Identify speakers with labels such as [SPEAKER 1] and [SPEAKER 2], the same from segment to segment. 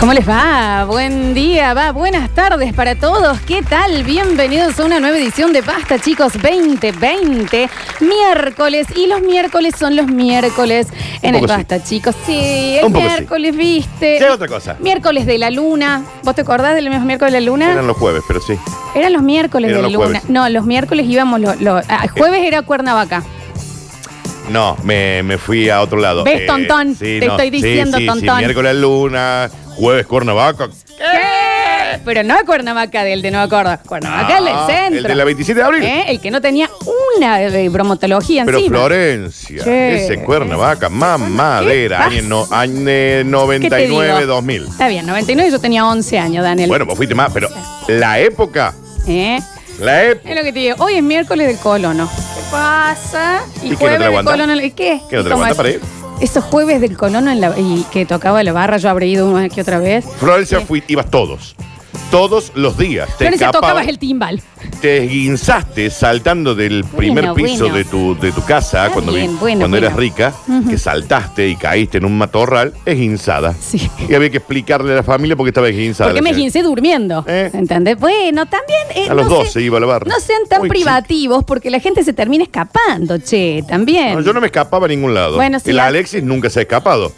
[SPEAKER 1] ¿Cómo les va? Buen día, va, buenas tardes para todos. ¿Qué tal? Bienvenidos a una nueva edición de Basta, chicos, 2020, miércoles. Y los miércoles son los miércoles en el
[SPEAKER 2] poco sí.
[SPEAKER 1] Basta, chicos. Sí, el
[SPEAKER 2] Un poco sí.
[SPEAKER 1] miércoles, viste.
[SPEAKER 2] Sí, hay otra cosa.
[SPEAKER 1] Miércoles de la luna. ¿Vos te acordás del mismo miércoles de la luna?
[SPEAKER 2] Eran los jueves, pero sí.
[SPEAKER 1] Eran los miércoles de
[SPEAKER 2] Eran
[SPEAKER 1] la
[SPEAKER 2] los
[SPEAKER 1] luna.
[SPEAKER 2] jueves. Eh.
[SPEAKER 1] No, los miércoles íbamos los. jueves era Cuernavaca.
[SPEAKER 2] No, me, me fui a otro lado. Eh,
[SPEAKER 1] ¿Ves, tontón? Te estoy diciendo,
[SPEAKER 2] sí, sí,
[SPEAKER 1] tontón.
[SPEAKER 2] miércoles luna, jueves Cuernavaca.
[SPEAKER 1] ¿Qué? Pero no Cuernavaca del de Nueva Córdoba. Cuernavaca
[SPEAKER 2] Eh. Ah,
[SPEAKER 1] es el centro.
[SPEAKER 2] El de la 27 de abril.
[SPEAKER 1] ¿Eh? El que no tenía una eh, bromatología
[SPEAKER 2] Pero
[SPEAKER 1] encima.
[SPEAKER 2] Florencia,
[SPEAKER 1] Che.
[SPEAKER 2] ese Cuernavaca,
[SPEAKER 1] ¿Qué
[SPEAKER 2] mamadera, año, no, año eh,
[SPEAKER 1] ¿Qué te digo?
[SPEAKER 2] 99, 2000.
[SPEAKER 1] Está bien, 99 yo tenía 11 años, Daniel.
[SPEAKER 2] Bueno, vos fuiste más, pero la época,
[SPEAKER 1] ¿Eh?
[SPEAKER 2] la época.
[SPEAKER 1] Es lo que te digo. Hoy es miércoles del colono. ¿Qué pasa?
[SPEAKER 2] ¿Y qué no te la
[SPEAKER 1] del
[SPEAKER 2] aguantás?
[SPEAKER 1] colono. ¿y ¿Qué?
[SPEAKER 2] ¿Qué no te
[SPEAKER 1] ¿Y cómo
[SPEAKER 2] aguantás
[SPEAKER 1] es?
[SPEAKER 2] para ir?
[SPEAKER 1] Esos jueves del colono en la, y que tocaba la barra, yo habré ido una vez que otra vez.
[SPEAKER 2] Florencia, fui, ibas todos. Todos los días. Te
[SPEAKER 1] Pero se
[SPEAKER 2] escapabas.
[SPEAKER 1] tocabas el timbal.
[SPEAKER 2] te esguinzaste saltando del primer
[SPEAKER 1] Bueno,
[SPEAKER 2] piso
[SPEAKER 1] bueno.
[SPEAKER 2] de, tu, de tu casa
[SPEAKER 1] Está
[SPEAKER 2] cuando, vi-
[SPEAKER 1] bien, bueno,
[SPEAKER 2] cuando eras
[SPEAKER 1] bueno.
[SPEAKER 2] rica, que saltaste y caíste en un matorral, esguinzada.
[SPEAKER 1] Sí.
[SPEAKER 2] Y había que explicarle a la familia por qué estaba esguinzada.
[SPEAKER 1] Porque
[SPEAKER 2] la
[SPEAKER 1] me
[SPEAKER 2] señora.
[SPEAKER 1] gincé durmiendo.
[SPEAKER 2] Eh.
[SPEAKER 1] ¿Entendés? Bueno, también. eh,
[SPEAKER 2] A los
[SPEAKER 1] no
[SPEAKER 2] 12
[SPEAKER 1] se-
[SPEAKER 2] iba a la barra.
[SPEAKER 1] No sean tan
[SPEAKER 2] Muy
[SPEAKER 1] privativos porque la gente se termina escapando, che, también.
[SPEAKER 2] No, yo no me escapaba a ningún lado.
[SPEAKER 1] Bueno, sí,
[SPEAKER 2] El
[SPEAKER 1] la-
[SPEAKER 2] Alexis nunca se ha escapado.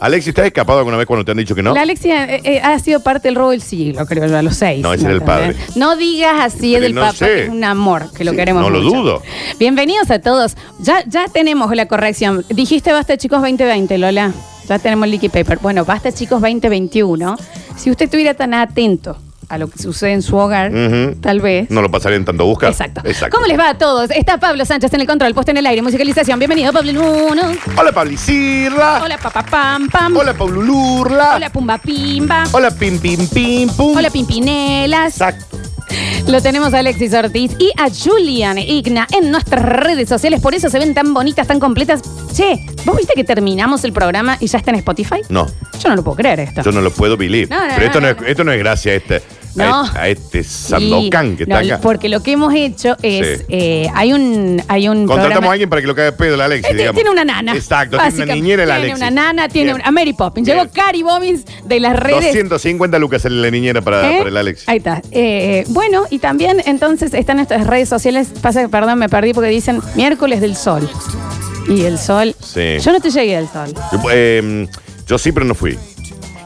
[SPEAKER 2] Alexis, ¿te has escapado alguna vez cuando te han dicho que no?
[SPEAKER 1] La Alexia eh, eh, ha sido parte del robo del siglo, creo yo, a los seis.
[SPEAKER 2] No, ese era el
[SPEAKER 1] ¿Entendés?
[SPEAKER 2] padre.
[SPEAKER 1] No digas así, es
[SPEAKER 2] Pero
[SPEAKER 1] del
[SPEAKER 2] no
[SPEAKER 1] papá,
[SPEAKER 2] sé.
[SPEAKER 1] que es un amor, que lo
[SPEAKER 2] Sí,
[SPEAKER 1] queremos
[SPEAKER 2] no lo
[SPEAKER 1] mucho.
[SPEAKER 2] dudo.
[SPEAKER 1] Bienvenidos a todos. Ya, ya tenemos la corrección. Dijiste basta, chicos, 2020, Lola. Ya tenemos el Licky Paper. Bueno, basta, chicos, 2021. Si usted estuviera tan atento a lo que sucede en su hogar,
[SPEAKER 2] Ujú.
[SPEAKER 1] tal vez.
[SPEAKER 2] Mm. No lo pasarían tanto a buscar.
[SPEAKER 1] Exacto. ¿Cómo les va a todos? Está Pablo Sánchez en el control, puesto en el aire, musicalización. Bienvenido, Pablo Nuno.
[SPEAKER 2] Hola, Pablicirra.
[SPEAKER 1] Hola, papá, pam, pam.
[SPEAKER 2] Ah. Hola, Paululurla.
[SPEAKER 1] Hola, pumba, pimba.
[SPEAKER 2] Hola, Pim Pim Pim Pum.
[SPEAKER 1] Hola Pimpinelas.
[SPEAKER 2] Exacto.
[SPEAKER 1] Lo tenemos a Alexis Ortiz y a Julian Igna en nuestras redes sociales. Por eso se ven tan bonitas, tan completas. Che, ¿vos viste que terminamos el programa y ya está en Spotify?
[SPEAKER 2] No.
[SPEAKER 1] Yo no lo puedo creer esto.
[SPEAKER 2] Yo no lo puedo believe.
[SPEAKER 1] No, no,
[SPEAKER 2] Pero esto
[SPEAKER 1] no,
[SPEAKER 2] no,
[SPEAKER 1] no.
[SPEAKER 2] es, esto no es gracias a este,
[SPEAKER 1] No.
[SPEAKER 2] a este, a este
[SPEAKER 1] Sí,
[SPEAKER 2] Sandokan que
[SPEAKER 1] no,
[SPEAKER 2] está acá.
[SPEAKER 1] Porque lo que hemos hecho es.
[SPEAKER 2] Sí.
[SPEAKER 1] eh, hay un. Hay un
[SPEAKER 2] Contratamos
[SPEAKER 1] programa-
[SPEAKER 2] a alguien para que lo caiga pedo la Alexis,
[SPEAKER 1] Eh, tiene-
[SPEAKER 2] digamos.
[SPEAKER 1] Tiene una nana.
[SPEAKER 2] Exacto, tiene una
[SPEAKER 1] básicamente.
[SPEAKER 2] niñera la
[SPEAKER 1] Tiene
[SPEAKER 2] Alexis.
[SPEAKER 1] una nana, tiene
[SPEAKER 2] Bien.
[SPEAKER 1] una. Mary Poppins. Llegó
[SPEAKER 2] Bien.
[SPEAKER 1] Cari Bobbins de las redes.
[SPEAKER 2] 250 lucas en la niñera para,
[SPEAKER 1] ¿Eh?
[SPEAKER 2] para el Alexis.
[SPEAKER 1] Ahí está. Eh, bueno, y también entonces están nuestras redes sociales. Pasa que, perdón, me perdí porque dicen miércoles del sol. Y el sol.
[SPEAKER 2] Sí.
[SPEAKER 1] Yo no te llegué al sol.
[SPEAKER 2] Yo, eh, yo sí, pero no fui.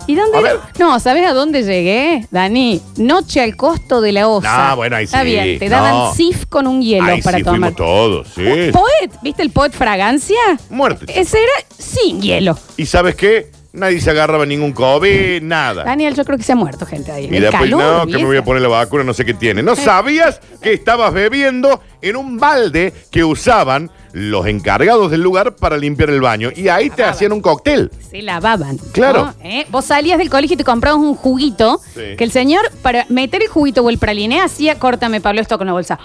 [SPEAKER 1] ¿Y dónde?
[SPEAKER 2] A ver.
[SPEAKER 1] No, ¿sabes a dónde llegué, Dani? Noche al costo de la osa.
[SPEAKER 2] Ah, bueno, ahí
[SPEAKER 1] Está
[SPEAKER 2] sí.
[SPEAKER 1] bien, te
[SPEAKER 2] No.
[SPEAKER 1] daban sif con un hielo
[SPEAKER 2] Ahí
[SPEAKER 1] para
[SPEAKER 2] sí
[SPEAKER 1] tomar.
[SPEAKER 2] fuimos todos, sí.
[SPEAKER 1] Un poet, ¿viste el poet fragancia?
[SPEAKER 2] Muerte.
[SPEAKER 1] Ese era sin hielo.
[SPEAKER 2] ¿Y sabes qué? Nadie se agarraba ningún COVID, nada.
[SPEAKER 1] Daniel, yo creo que se ha muerto gente ahí.
[SPEAKER 2] Ah. Y
[SPEAKER 1] El
[SPEAKER 2] después,
[SPEAKER 1] calor,
[SPEAKER 2] no, que me voy a
[SPEAKER 1] vieja.
[SPEAKER 2] poner la vacuna, no sé qué tiene. No sabías que estabas bebiendo en un balde que usaban los encargados del lugar para limpiar el baño. Y ahí te hacían un cóctel.
[SPEAKER 1] Se lavaban.
[SPEAKER 2] Claro.
[SPEAKER 1] ¿no? ¿Eh? Vos salías del colegio y te comprabas un juguito.
[SPEAKER 2] Sí.
[SPEAKER 1] Que el señor, para meter el juguito o el praliné, hacía, córtame, Pablo, esto con una bolsa.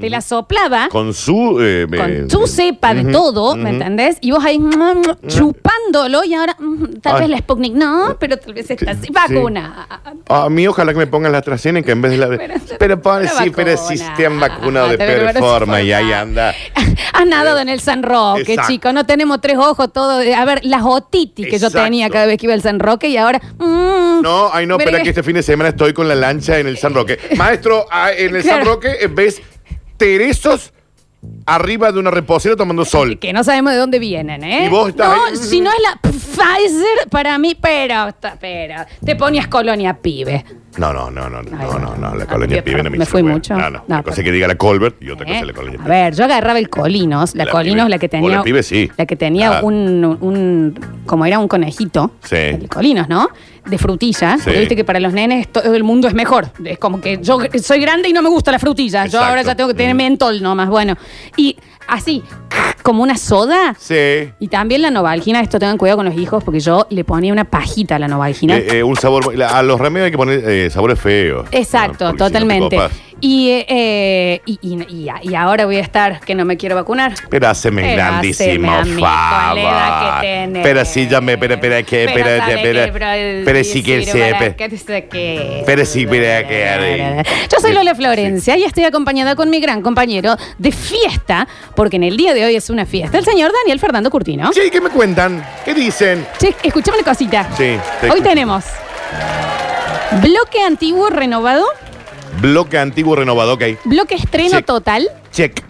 [SPEAKER 1] Te la soplaba con,
[SPEAKER 2] Con su. eh, eh,
[SPEAKER 1] tu cepa de
[SPEAKER 2] ujú,
[SPEAKER 1] todo,
[SPEAKER 2] ujú.
[SPEAKER 1] ¿me entendés? Y vos ahí mm, chupándolo y ahora mm, tal
[SPEAKER 2] Ay.
[SPEAKER 1] vez la Sputnik no, pero tal vez esta sí.
[SPEAKER 2] Sí.
[SPEAKER 1] vacuna.
[SPEAKER 2] Ah, A mí, ojalá que me pongan la AstraZeneca en vez de la. Pero, pon-
[SPEAKER 1] la
[SPEAKER 2] sí, pero
[SPEAKER 1] vacuna.
[SPEAKER 2] sí te han vacunado de
[SPEAKER 1] Te
[SPEAKER 2] peor
[SPEAKER 1] vacunaron
[SPEAKER 2] forma
[SPEAKER 1] sin
[SPEAKER 2] y ahí
[SPEAKER 1] forma.
[SPEAKER 2] anda.
[SPEAKER 1] Has nadado en el San Roque,
[SPEAKER 2] Exacto.
[SPEAKER 1] chico. No tenemos tres ojos, todo. A ver, las otitis que yo
[SPEAKER 2] Exacto.
[SPEAKER 1] tenía cada vez que iba al San Roque y ahora. mm,
[SPEAKER 2] No, ay no,
[SPEAKER 1] verga.
[SPEAKER 2] espera que este fin de semana estoy con la lancha en el San Roque. Maestro, ah, en el
[SPEAKER 1] Claro.
[SPEAKER 2] San Roque eh, ves teresos arriba de una reposera tomando sol.
[SPEAKER 1] Que no sabemos de dónde vienen, ¿eh?
[SPEAKER 2] Y vos estás
[SPEAKER 1] No,
[SPEAKER 2] ahí.
[SPEAKER 1] si no es la Pfizer, para mí, pero, está- pero, te ponías colonia pibe.
[SPEAKER 2] No, no, no, no, no,
[SPEAKER 1] Ay,
[SPEAKER 2] no, no, no, la
[SPEAKER 1] ah,
[SPEAKER 2] colonia
[SPEAKER 1] yo
[SPEAKER 2] pibe no me
[SPEAKER 1] me
[SPEAKER 2] hizo
[SPEAKER 1] fui
[SPEAKER 2] buena.
[SPEAKER 1] mucho.
[SPEAKER 2] No, no,
[SPEAKER 1] No,
[SPEAKER 2] una cosa
[SPEAKER 1] pero-
[SPEAKER 2] es que diga la Colbert y otra cosa
[SPEAKER 1] ¿eh?
[SPEAKER 2] es la colonia
[SPEAKER 1] A
[SPEAKER 2] pibe.
[SPEAKER 1] ver, yo agarraba el Colinos, la,
[SPEAKER 2] La
[SPEAKER 1] Colinos,
[SPEAKER 2] pibe.
[SPEAKER 1] la que
[SPEAKER 2] O
[SPEAKER 1] tenía.
[SPEAKER 2] la pibe, sí.
[SPEAKER 1] La que tenía
[SPEAKER 2] Claro.
[SPEAKER 1] un, un- como era un conejito.
[SPEAKER 2] Sí.
[SPEAKER 1] El Colinos, ¿no? De frutilla.
[SPEAKER 2] Sí.
[SPEAKER 1] Porque viste que para los nenes todo el mundo es mejor. Es como que yo soy grande y no me gusta la frutilla. Yo
[SPEAKER 2] Exacto.
[SPEAKER 1] ahora ya tengo que tener
[SPEAKER 2] Mm.
[SPEAKER 1] mentol nomás. Bueno, y así, como una soda.
[SPEAKER 2] Sí.
[SPEAKER 1] Y también la novalgina, esto tengan cuidado con los hijos, porque yo le ponía una pajita a la novalgina.
[SPEAKER 2] Eh, eh, un sabor. la- A los remedios hay que poner eh, sabores feos.
[SPEAKER 1] Exacto,
[SPEAKER 2] ¿no? Porque si no te
[SPEAKER 1] totalmente.
[SPEAKER 2] copas.
[SPEAKER 1] Y, eh, y, y- y- y ahora voy a estar que no me quiero vacunar.
[SPEAKER 2] Pero haceme
[SPEAKER 1] Pero
[SPEAKER 2] grandísimo
[SPEAKER 1] haceme, amigo, a la edad que
[SPEAKER 2] favor.
[SPEAKER 1] tenés.
[SPEAKER 2] Pero si ya me. Pero, pero, que. Pero,
[SPEAKER 1] Pero sabe
[SPEAKER 2] pero.
[SPEAKER 1] que, bro,
[SPEAKER 2] Pero sí que
[SPEAKER 1] sirve
[SPEAKER 2] se.
[SPEAKER 1] para
[SPEAKER 2] pero-
[SPEAKER 1] que te saque.
[SPEAKER 2] pero sí, mira que-
[SPEAKER 1] Yo soy Lola Florencia y estoy acompañada con mi gran compañero de fiesta, porque en el día de hoy es una fiesta, el señor Daniel Fernando Curtino.
[SPEAKER 2] Sí, ¿qué me cuentan? ¿Qué dicen?
[SPEAKER 1] Che, escuchame una cosita.
[SPEAKER 2] Sí, te
[SPEAKER 1] Hoy
[SPEAKER 2] escucho.
[SPEAKER 1] tenemos bloque antiguo renovado,
[SPEAKER 2] Bloque antiguo renovado, ok.
[SPEAKER 1] bloque estreno
[SPEAKER 2] Sí.
[SPEAKER 1] total,
[SPEAKER 2] Check.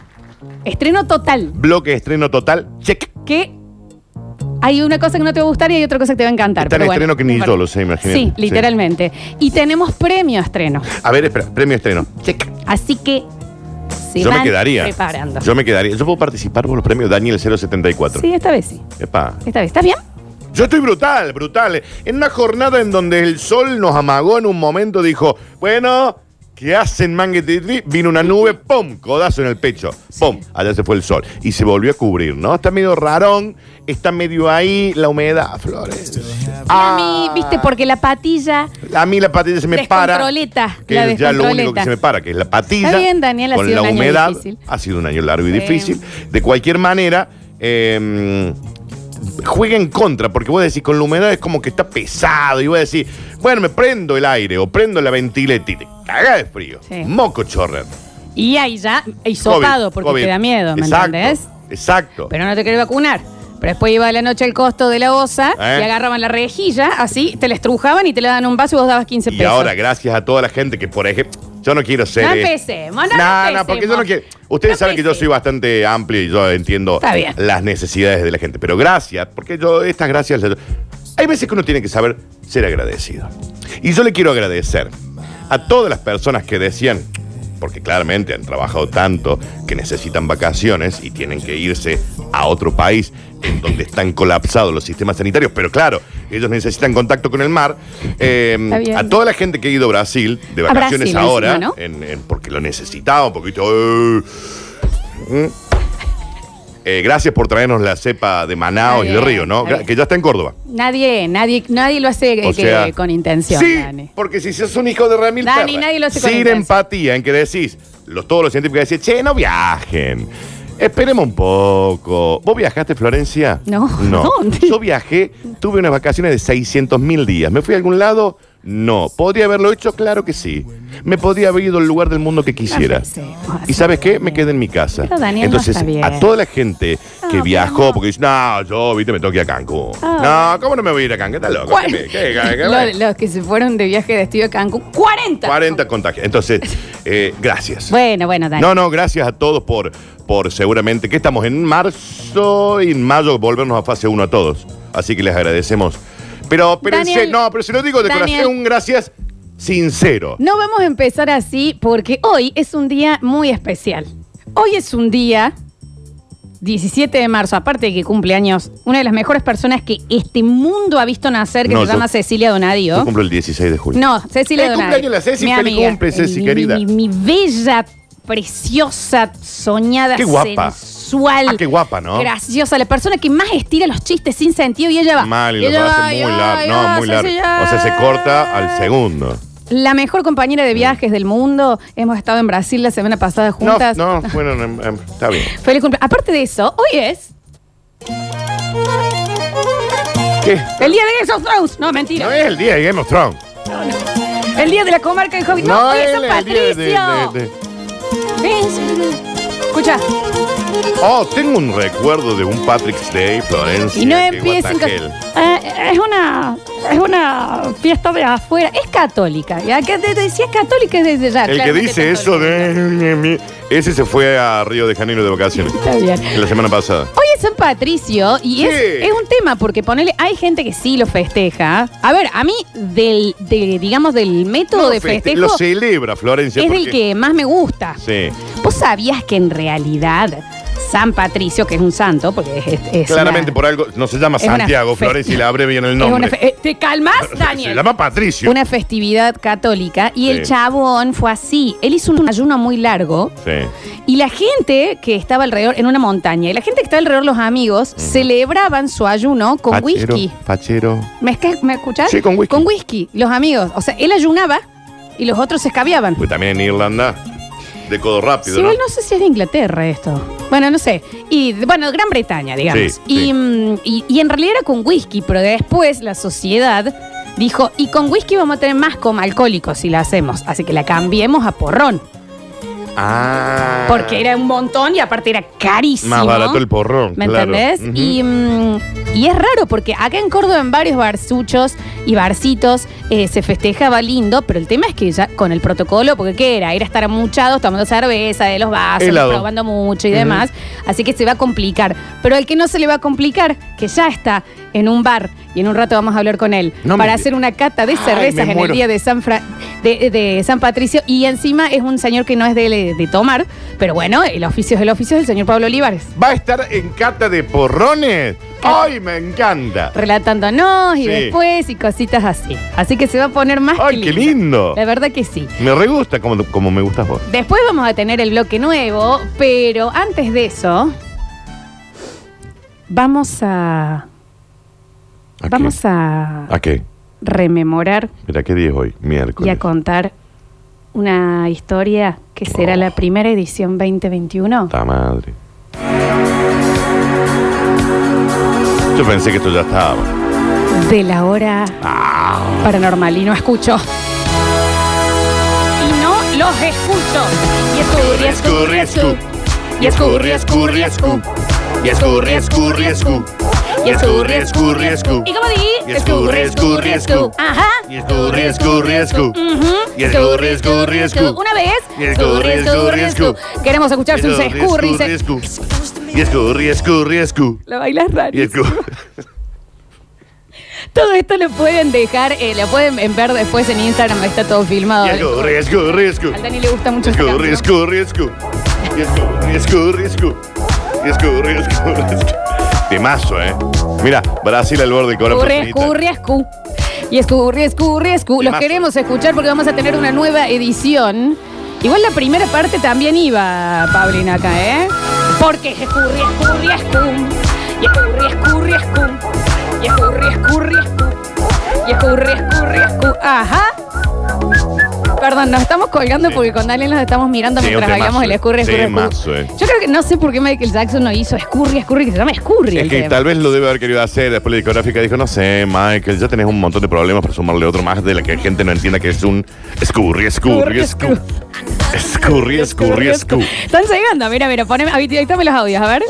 [SPEAKER 1] estreno total,
[SPEAKER 2] Bloque estreno total. Check.
[SPEAKER 1] que hay una cosa que no te va a gustar y hay otra cosa que te va a encantar.
[SPEAKER 2] Está en
[SPEAKER 1] pero bueno,
[SPEAKER 2] estreno que ni
[SPEAKER 1] no
[SPEAKER 2] yo
[SPEAKER 1] importa.
[SPEAKER 2] lo sé, imagínate.
[SPEAKER 1] Sí, literalmente. Y tenemos premio estreno.
[SPEAKER 2] A ver, espera, premio estreno. Check.
[SPEAKER 1] Así que se
[SPEAKER 2] Yo me
[SPEAKER 1] van
[SPEAKER 2] quedaría.
[SPEAKER 1] preparando.
[SPEAKER 2] Yo me quedaría. Yo puedo participar por los premios Daniel 074.
[SPEAKER 1] Sí, esta vez sí.
[SPEAKER 2] Epa.
[SPEAKER 1] Esta vez. ¿Estás bien?
[SPEAKER 2] Yo estoy brutal, brutal. En una jornada en donde el sol nos amagó en un momento, dijo, bueno, ¿qué hacen manguetitri? Vino una nube, ¡pum! Codazo en el pecho. ¡Pum! Allá se fue el sol. Y se volvió a cubrir, ¿no? Está medio rarón, está medio ahí la humedad, Flores.
[SPEAKER 1] a mí, viste, porque la patilla.
[SPEAKER 2] A mí la patilla se Ah. me para.
[SPEAKER 1] Descontroleta,
[SPEAKER 2] Que
[SPEAKER 1] la
[SPEAKER 2] es ya lo único que
[SPEAKER 1] descontroleta.
[SPEAKER 2] se me para, que es la patilla.
[SPEAKER 1] Está bien, Daniel, ha
[SPEAKER 2] con
[SPEAKER 1] sido
[SPEAKER 2] la
[SPEAKER 1] un año
[SPEAKER 2] humedad.
[SPEAKER 1] difícil.
[SPEAKER 2] Ha sido un año largo y
[SPEAKER 1] Sí.
[SPEAKER 2] difícil. De cualquier manera, eh, juega en contra, porque vos decís, con la humedad es como que está pesado. Y vos decís, bueno, me prendo el aire o prendo la ventileta y te caga de frío.
[SPEAKER 1] Sí.
[SPEAKER 2] Moco chorrer.
[SPEAKER 1] Y ahí ya, y
[SPEAKER 2] COVID,
[SPEAKER 1] sopado, porque
[SPEAKER 2] COVID.
[SPEAKER 1] te da miedo, ¿me
[SPEAKER 2] Exacto,
[SPEAKER 1] entendés?
[SPEAKER 2] Exacto.
[SPEAKER 1] Pero no te querés vacunar. Pero después iba a la noche el costo de la osa
[SPEAKER 2] ¿Eh?
[SPEAKER 1] y agarraban la rejilla, así, te la estrujaban y te la dan un vaso y vos dabas 15
[SPEAKER 2] y
[SPEAKER 1] pesos.
[SPEAKER 2] ahora, gracias a toda la gente que, por ejemplo, yo no quiero ser.
[SPEAKER 1] No
[SPEAKER 2] eh,
[SPEAKER 1] empecemos, no
[SPEAKER 2] No, no,
[SPEAKER 1] empecemos.
[SPEAKER 2] porque yo no quiero. Ustedes
[SPEAKER 1] No
[SPEAKER 2] saben que yo
[SPEAKER 1] empecemos.
[SPEAKER 2] soy bastante amplio y yo entiendo
[SPEAKER 1] Está bien.
[SPEAKER 2] las necesidades de la gente. Pero gracias, porque yo, estas gracias. las- Hay veces que uno tiene que saber ser agradecido. Y yo le quiero agradecer a todas las personas que decían, porque claramente han trabajado tanto que necesitan vacaciones y tienen que irse a otro país en donde están colapsados los sistemas sanitarios. Pero claro, ellos necesitan contacto con el mar. Eh,
[SPEAKER 1] Está bien.
[SPEAKER 2] a toda la gente que ha ido a Brasil de
[SPEAKER 1] A
[SPEAKER 2] vacaciones
[SPEAKER 1] Brasil,
[SPEAKER 2] ahora,
[SPEAKER 1] encima, ¿no?
[SPEAKER 2] en- en- porque lo necesitaban, porque viste, "Eh". Mm. Eh, gracias por traernos la cepa de
[SPEAKER 1] Está
[SPEAKER 2] Manaos y de
[SPEAKER 1] bien,
[SPEAKER 2] Río, ¿no?
[SPEAKER 1] está
[SPEAKER 2] Gra-
[SPEAKER 1] bien.
[SPEAKER 2] Que ya está en Córdoba.
[SPEAKER 1] Nadie, nadie, nadie lo hace eh,
[SPEAKER 2] O
[SPEAKER 1] que-
[SPEAKER 2] sea,
[SPEAKER 1] con intención,
[SPEAKER 2] sí,
[SPEAKER 1] Dani.
[SPEAKER 2] porque si sos un hijo de Ramil
[SPEAKER 1] Dani,
[SPEAKER 2] Terra,
[SPEAKER 1] nadie lo hace con
[SPEAKER 2] sin
[SPEAKER 1] intención.
[SPEAKER 2] empatía en que decís, los, todos los científicos decían, che, no viajen. Esperemos un poco. ¿Vos viajaste, Florencia?
[SPEAKER 1] No,
[SPEAKER 2] No.
[SPEAKER 1] ¿dónde?
[SPEAKER 2] Yo viajé, tuve unas vacaciones de 600 mil días. ¿Me fui a algún lado? No. ¿Podría haberlo hecho? Claro que sí. Me podría haber ido al lugar del mundo que quisiera.
[SPEAKER 1] pensemos
[SPEAKER 2] ¿Y
[SPEAKER 1] así,
[SPEAKER 2] sabes qué? Me
[SPEAKER 1] Daniel.
[SPEAKER 2] quedé en mi casa.
[SPEAKER 1] Pero Daniel no
[SPEAKER 2] Entonces,
[SPEAKER 1] está bien.
[SPEAKER 2] a toda la gente que
[SPEAKER 1] pero
[SPEAKER 2] viajó,
[SPEAKER 1] no.
[SPEAKER 2] porque dice, no, yo, viste, me tengo que ir a Cancún.
[SPEAKER 1] Ah.
[SPEAKER 2] No, ¿cómo no me voy a ir a Cancún? ¿Estás loco?
[SPEAKER 1] ¿Cuál?
[SPEAKER 2] ¿Qué- qué- qué- qué-
[SPEAKER 1] Lo- los que se fueron de viaje de estudio a Cancún, 40.
[SPEAKER 2] 40 contagios. Entonces, eh, gracias.
[SPEAKER 1] Bueno, bueno, Dani.
[SPEAKER 2] No, no, gracias a todos por, por seguramente que estamos en marzo y en mayo volvernos a fase 1 a todos. Así que les agradecemos. Pero, pero, en
[SPEAKER 1] Daniel,
[SPEAKER 2] serio, no, pero se lo digo de
[SPEAKER 1] Daniel.
[SPEAKER 2] corazón, un gracias sincero.
[SPEAKER 1] No vamos a empezar así porque hoy es un día muy especial. Hoy es un día 17 de marzo, aparte de que cumple años, una de las mejores personas que este mundo ha visto nacer, que
[SPEAKER 2] No,
[SPEAKER 1] se
[SPEAKER 2] yo-
[SPEAKER 1] llama Cecilia
[SPEAKER 2] Yo
[SPEAKER 1] Donadio.
[SPEAKER 2] cumplo el 16 de julio.
[SPEAKER 1] No, Cecilia
[SPEAKER 2] Feliz
[SPEAKER 1] Donadio.
[SPEAKER 2] cumpleaños la Ceci,
[SPEAKER 1] mi
[SPEAKER 2] feliz
[SPEAKER 1] amiga,
[SPEAKER 2] cumple, Ceci,
[SPEAKER 1] mi-
[SPEAKER 2] querida.
[SPEAKER 1] Mi, mi bella, preciosa, soñada,
[SPEAKER 2] Qué guapa.
[SPEAKER 1] sensual.
[SPEAKER 2] Ah, qué guapa, ¿no?
[SPEAKER 1] Graciosa, la persona que más estira los chistes sin sentido y ella va.
[SPEAKER 2] Mal, y
[SPEAKER 1] ella
[SPEAKER 2] lo
[SPEAKER 1] va,
[SPEAKER 2] hace
[SPEAKER 1] y
[SPEAKER 2] muy
[SPEAKER 1] ay,
[SPEAKER 2] largo. No,
[SPEAKER 1] ay,
[SPEAKER 2] muy largo.
[SPEAKER 1] Ceci,
[SPEAKER 2] O sea, se
[SPEAKER 1] ay.
[SPEAKER 2] corta al segundo.
[SPEAKER 1] La mejor compañera de viajes del mundo. Hemos estado en Brasil la semana pasada
[SPEAKER 2] No,
[SPEAKER 1] juntas.
[SPEAKER 2] no, bueno, em, em, está bien.
[SPEAKER 1] Feliz cumpleaños. Aparte de eso, hoy es
[SPEAKER 2] ¿Qué?
[SPEAKER 1] el día de Game of Thrones. No, mentira.
[SPEAKER 2] No es el día de Game of Thrones.
[SPEAKER 1] El día de la comarca de Hobbit. No, hoy es San
[SPEAKER 2] el
[SPEAKER 1] Patricio.
[SPEAKER 2] día de- de- de-
[SPEAKER 1] Sí. Escucha.
[SPEAKER 2] Oh, tengo un recuerdo de un Patrick's Day, Florencia.
[SPEAKER 1] Y no
[SPEAKER 2] que
[SPEAKER 1] empiecen con.
[SPEAKER 2] Guatagel.
[SPEAKER 1] Eh, es una. Es una fiesta de afuera. Es católica. Ya que te- te- Si es católica es desde ya.
[SPEAKER 2] El que
[SPEAKER 1] claramente
[SPEAKER 2] dice eso
[SPEAKER 1] católica.
[SPEAKER 2] de... Ese se fue a Río de Janeiro de vacaciones.
[SPEAKER 1] Está bien.
[SPEAKER 2] La semana pasada.
[SPEAKER 1] Hoy es San Patricio y
[SPEAKER 2] Sí.
[SPEAKER 1] es, es un tema porque ponele, hay gente que sí lo festeja. A ver, a mí del, de, digamos, del método
[SPEAKER 2] No,
[SPEAKER 1] de
[SPEAKER 2] feste-
[SPEAKER 1] festejo
[SPEAKER 2] Lo celebra, Florencia.
[SPEAKER 1] es
[SPEAKER 2] porque-
[SPEAKER 1] del que más me gusta.
[SPEAKER 2] Sí.
[SPEAKER 1] ¿Vos sabías que en realidad San Patricio, que es un santo, porque es, es- es
[SPEAKER 2] Claramente
[SPEAKER 1] una-
[SPEAKER 2] por algo... No se llama
[SPEAKER 1] es una
[SPEAKER 2] Santiago,
[SPEAKER 1] fe-
[SPEAKER 2] Florencia, y la abre bien el
[SPEAKER 1] es una
[SPEAKER 2] nombre.
[SPEAKER 1] fe- eh, ¿Te calmas,
[SPEAKER 2] Se
[SPEAKER 1] Daniel?
[SPEAKER 2] llama Patricio.
[SPEAKER 1] Una festividad católica y el
[SPEAKER 2] Sí.
[SPEAKER 1] chabón fue así. Él hizo un ayuno muy largo
[SPEAKER 2] Sí.
[SPEAKER 1] Y la gente que estaba alrededor, en una montaña, y la gente que estaba alrededor, los amigos, celebraban su ayuno con
[SPEAKER 2] Fachero,
[SPEAKER 1] whisky.
[SPEAKER 2] Fachero.
[SPEAKER 1] ¿Me, esca- me escuchás?
[SPEAKER 2] Sí, con whisky.
[SPEAKER 1] Con whisky, los amigos. O sea, él ayunaba y los otros se escabiaban.
[SPEAKER 2] Pues también en Irlanda de codo rápido,
[SPEAKER 1] Sí,
[SPEAKER 2] ¿no?
[SPEAKER 1] igual no sé si es de Inglaterra esto. Bueno, no sé. Y bueno, Gran Bretaña, digamos.
[SPEAKER 2] Sí,
[SPEAKER 1] y,
[SPEAKER 2] sí.
[SPEAKER 1] mm, y- y en realidad era con whisky, pero después la sociedad dijo, y con whisky vamos a tener más coma alcohólico si la hacemos. Así que la cambiemos a porrón.
[SPEAKER 2] Ah.
[SPEAKER 1] Porque era un montón y aparte era carísimo.
[SPEAKER 2] Más barato el porrón.
[SPEAKER 1] ¿Me
[SPEAKER 2] claro.
[SPEAKER 1] entendés?
[SPEAKER 2] Ujú.
[SPEAKER 1] y, mm, y es raro porque acá en Córdoba en varios barsuchos y barcitos eh, se festejaba lindo, pero el tema es que ya con el protocolo, porque ¿qué era? Era estar amuchados tomando cerveza de los vasos,
[SPEAKER 2] Helado.
[SPEAKER 1] probando mucho y
[SPEAKER 2] Ujú.
[SPEAKER 1] demás. Así que se va a complicar. Pero al que no se le va a complicar, que ya está en un bar y en un rato vamos a hablar con él,
[SPEAKER 2] No me
[SPEAKER 1] para
[SPEAKER 2] di-
[SPEAKER 1] hacer una cata de
[SPEAKER 2] Ay,
[SPEAKER 1] cervezas
[SPEAKER 2] me
[SPEAKER 1] en el
[SPEAKER 2] muero.
[SPEAKER 1] día de San, Fra- de, de San Patricio. Y encima es un señor que no es de, de tomar, pero bueno, el oficio es el oficio del señor Pablo Olivares.
[SPEAKER 2] ¿Va a estar en cata de porrones? ¡Ay, me encanta!
[SPEAKER 1] relatándonos y
[SPEAKER 2] Sí.
[SPEAKER 1] después y cositas así. Así que se va a poner más
[SPEAKER 2] ¡Ay,
[SPEAKER 1] que
[SPEAKER 2] qué lindo!
[SPEAKER 1] La verdad que sí.
[SPEAKER 2] Me re gusta como, como me gustas vos.
[SPEAKER 1] Después vamos a tener el bloque nuevo, pero antes de eso vamos a
[SPEAKER 2] ¿A
[SPEAKER 1] vamos
[SPEAKER 2] qué?
[SPEAKER 1] a
[SPEAKER 2] ¿A qué?
[SPEAKER 1] rememorar
[SPEAKER 2] Mira, ¿qué día es hoy?
[SPEAKER 1] y
[SPEAKER 2] Miércoles.
[SPEAKER 1] a contar una historia que será
[SPEAKER 2] Oh.
[SPEAKER 1] la primera edición 2021.
[SPEAKER 2] Ta madre. Yo pensé que esto ya estaba.
[SPEAKER 1] de la hora paranormal y no escucho. Y no los escucho. Y escurri, escurri, escu. Y escurri, escurri, escu.
[SPEAKER 2] Y escurri, escurri, escu.
[SPEAKER 1] Y escurri, escurri, escu. ¿Y cómo di?
[SPEAKER 2] Y escurri, escurri, escu.
[SPEAKER 1] Ajá.
[SPEAKER 2] Y escurri, escurri, escu.
[SPEAKER 1] Ujú.
[SPEAKER 2] Y escurri, escurri, escu.
[SPEAKER 1] Una vez.
[SPEAKER 2] Y escurri, escurri, escu.
[SPEAKER 1] Queremos escuchar sus escurris. eh.
[SPEAKER 2] escurri, escu. Y escurri, escurri, escu.
[SPEAKER 1] La bailas raro.
[SPEAKER 2] Y escu-
[SPEAKER 1] Todo esto lo pueden dejar, eh, lo pueden ver después en Instagram, está todo filmado.
[SPEAKER 2] Y escurri, escurri, escu.
[SPEAKER 1] Al Dani le gusta mucho. esta
[SPEAKER 2] Escurri,
[SPEAKER 1] canción.
[SPEAKER 2] escurri, escu. Y escurri, escurri, escu. Y escurri, escurri, escu. Temazo, ¿eh? Mira, Brasil al borde con
[SPEAKER 1] Escurri, escurri, escu. Y escurri, escurri, escu. Los
[SPEAKER 2] Temazo.
[SPEAKER 1] queremos escuchar porque vamos a tener una nueva edición. Igual la primera parte también iba, Paulina, acá, ¿eh? Porque es escurri, escurri, escu. Y escurri, escurri, escu. Y escurri, escurri, escu. Y escurri, escurri, escu. Ajá. Perdón, nos estamos colgando
[SPEAKER 2] Sí.
[SPEAKER 1] porque con Daniel nos estamos mirando
[SPEAKER 2] Sí,
[SPEAKER 1] mientras
[SPEAKER 2] un temazo,
[SPEAKER 1] bailamos el
[SPEAKER 2] eh.
[SPEAKER 1] escurri, escurri,
[SPEAKER 2] Temazo,
[SPEAKER 1] escu.
[SPEAKER 2] eh.
[SPEAKER 1] Yo creo que no sé por qué Michael Jackson no hizo escurri, escurri, que se llama escurri.
[SPEAKER 2] Es
[SPEAKER 1] el
[SPEAKER 2] que
[SPEAKER 1] tema.
[SPEAKER 2] tal vez lo debe haber querido hacer. Después la discográfica dijo, no sé, Michael, ya tenés un montón de problemas para sumarle otro más de la que la gente no entienda que es un escurri, escurri, escu. Escurri, escurri, escu.
[SPEAKER 1] Están llegando, mira, mira, poneme, dictame los audios, a ver.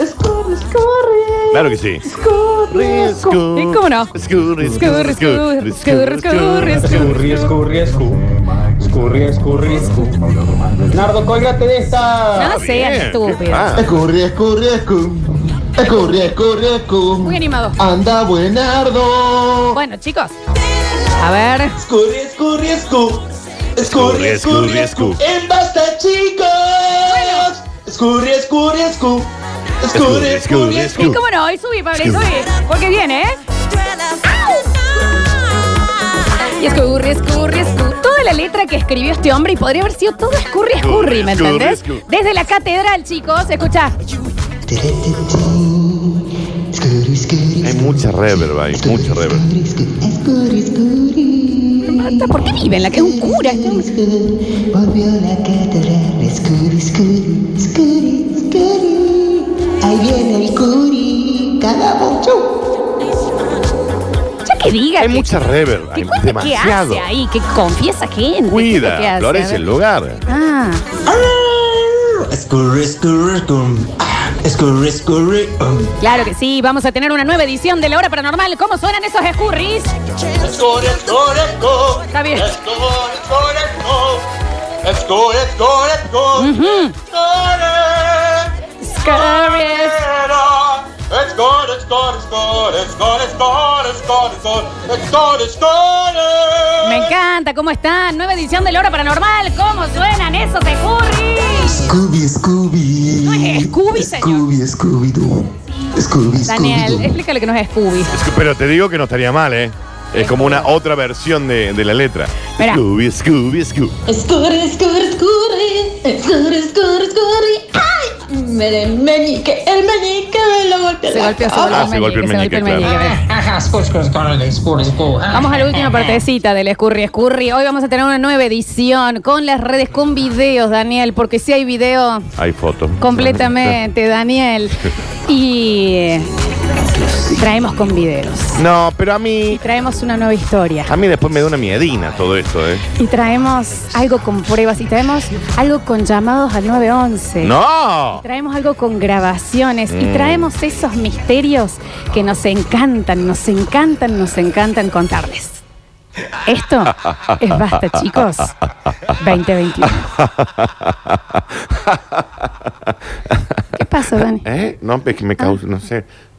[SPEAKER 2] Claro que sí.
[SPEAKER 1] ¿Y cómo no?
[SPEAKER 2] Escurri,
[SPEAKER 1] Escurri,
[SPEAKER 2] escurri, escurri,
[SPEAKER 1] escurri, escurri,
[SPEAKER 3] Escurri,
[SPEAKER 1] escurri.
[SPEAKER 3] escurri, escu. Escurri, escurri, escu. Nardo, colgate de esta.
[SPEAKER 1] No sean
[SPEAKER 2] Bien, ¿qué
[SPEAKER 1] estúpidos.
[SPEAKER 2] pasa?
[SPEAKER 4] Escurri, escurri, escu. Escurri, escurri, escu.
[SPEAKER 1] Muy animado.
[SPEAKER 4] Anda, buenardo.
[SPEAKER 1] Bueno, chicos. A ver.
[SPEAKER 4] Escurri, escurri, escu. Escurri, escurri, escu. En basta, chicos. Escurri, escurri, escu. Escurri, escurri,
[SPEAKER 1] ¿Y
[SPEAKER 4] escu.
[SPEAKER 1] cómo no? Hoy subí, Pablo, subí. Porque viene, ¿eh? Y escurri, escurri, escurri. Toda la letra que escribió este hombre y podría haber sido todo escurri, escurri, ¿me
[SPEAKER 2] Escurri,
[SPEAKER 1] entendés?
[SPEAKER 2] escurri.
[SPEAKER 1] Desde la catedral, chicos, escuchá.
[SPEAKER 2] Hay mucha reverb ahí, mucha reverb.
[SPEAKER 1] Marta, ¿Por qué vive en la que es un cura?
[SPEAKER 5] Volvió la catedral, escuri, escuri, escuri, escuri. Ahí viene el curi, cada mucho.
[SPEAKER 1] Ya que diga.
[SPEAKER 2] Hay
[SPEAKER 1] que-
[SPEAKER 2] mucha reverb
[SPEAKER 1] Que
[SPEAKER 2] ahí,
[SPEAKER 1] cuente
[SPEAKER 2] demasiado.
[SPEAKER 1] qué hace ahí, que confiesa gente. ¿Qué es lo que
[SPEAKER 2] Cuida,
[SPEAKER 1] hace?
[SPEAKER 2] florece
[SPEAKER 1] A ver.
[SPEAKER 2] el lugar.
[SPEAKER 1] Ah,
[SPEAKER 3] Escurri, escurri, escu. Escurri, escurri, um.
[SPEAKER 1] claro que sí, vamos a tener una nueva edición de La Hora Paranormal. ¿Cómo suenan esos escurris?
[SPEAKER 6] Escurri, escurri, escurri.
[SPEAKER 1] Está bien.
[SPEAKER 6] Escurri, escurri, escurri. Escurri, escurri, escurri.
[SPEAKER 1] Ujú.
[SPEAKER 6] Escurri,
[SPEAKER 1] Escurris.
[SPEAKER 6] escurri, escurri, escurri, escurri, escurri, escurri, escurri, escurri, escurri.
[SPEAKER 1] Me encanta, ¿cómo están? Nueva edición de La Hora Paranormal. ¿Cómo suenan esos escurris?
[SPEAKER 5] Scooby, Scooby.
[SPEAKER 1] No es Scooby, señor.
[SPEAKER 5] Scooby, Scooby-Doo. Scooby,
[SPEAKER 1] Daniel,
[SPEAKER 5] Scooby-Doo.
[SPEAKER 1] explícale que no es Scooby.
[SPEAKER 2] Es que- Pero te digo que no estaría mal, ¿eh? Es como una otra versión de, de la letra.
[SPEAKER 1] Mirá.
[SPEAKER 2] Scooby, Scooby, Scooby.
[SPEAKER 5] Escurri, escurri, escurri. Escurri, escurri, escurri. ¡Ay!
[SPEAKER 7] El meñique, el meñique me lo golpeó.
[SPEAKER 1] Se golpeó, se golpeó
[SPEAKER 2] Ah,
[SPEAKER 1] el
[SPEAKER 2] se golpeó
[SPEAKER 1] meñique,
[SPEAKER 2] el
[SPEAKER 1] se golpeó el
[SPEAKER 2] meñique,
[SPEAKER 1] meñique. bien. Vamos a la última partecita del Escurri Escurri. Hoy vamos a tener una nueva edición con las redes, con videos, Daniel, porque si hay video
[SPEAKER 2] Hay fotos.
[SPEAKER 1] completamente, Daniel. Y eh, traemos con videos.
[SPEAKER 2] No, pero a
[SPEAKER 1] Y
[SPEAKER 2] mí.
[SPEAKER 1] traemos una nueva historia.
[SPEAKER 2] A mí después me da una miedina todo esto, ¿eh?
[SPEAKER 1] Y traemos algo con pruebas. Y traemos algo con llamados al 911.
[SPEAKER 2] ¡No!
[SPEAKER 1] Traemos algo con grabaciones y traemos esos misterios que nos encantan, nos encantan, nos encantan contarles. Esto es basta, chicos. 2021. ¿Qué pasó, Dani?
[SPEAKER 2] ¿Eh? No, es que me causa, no sé.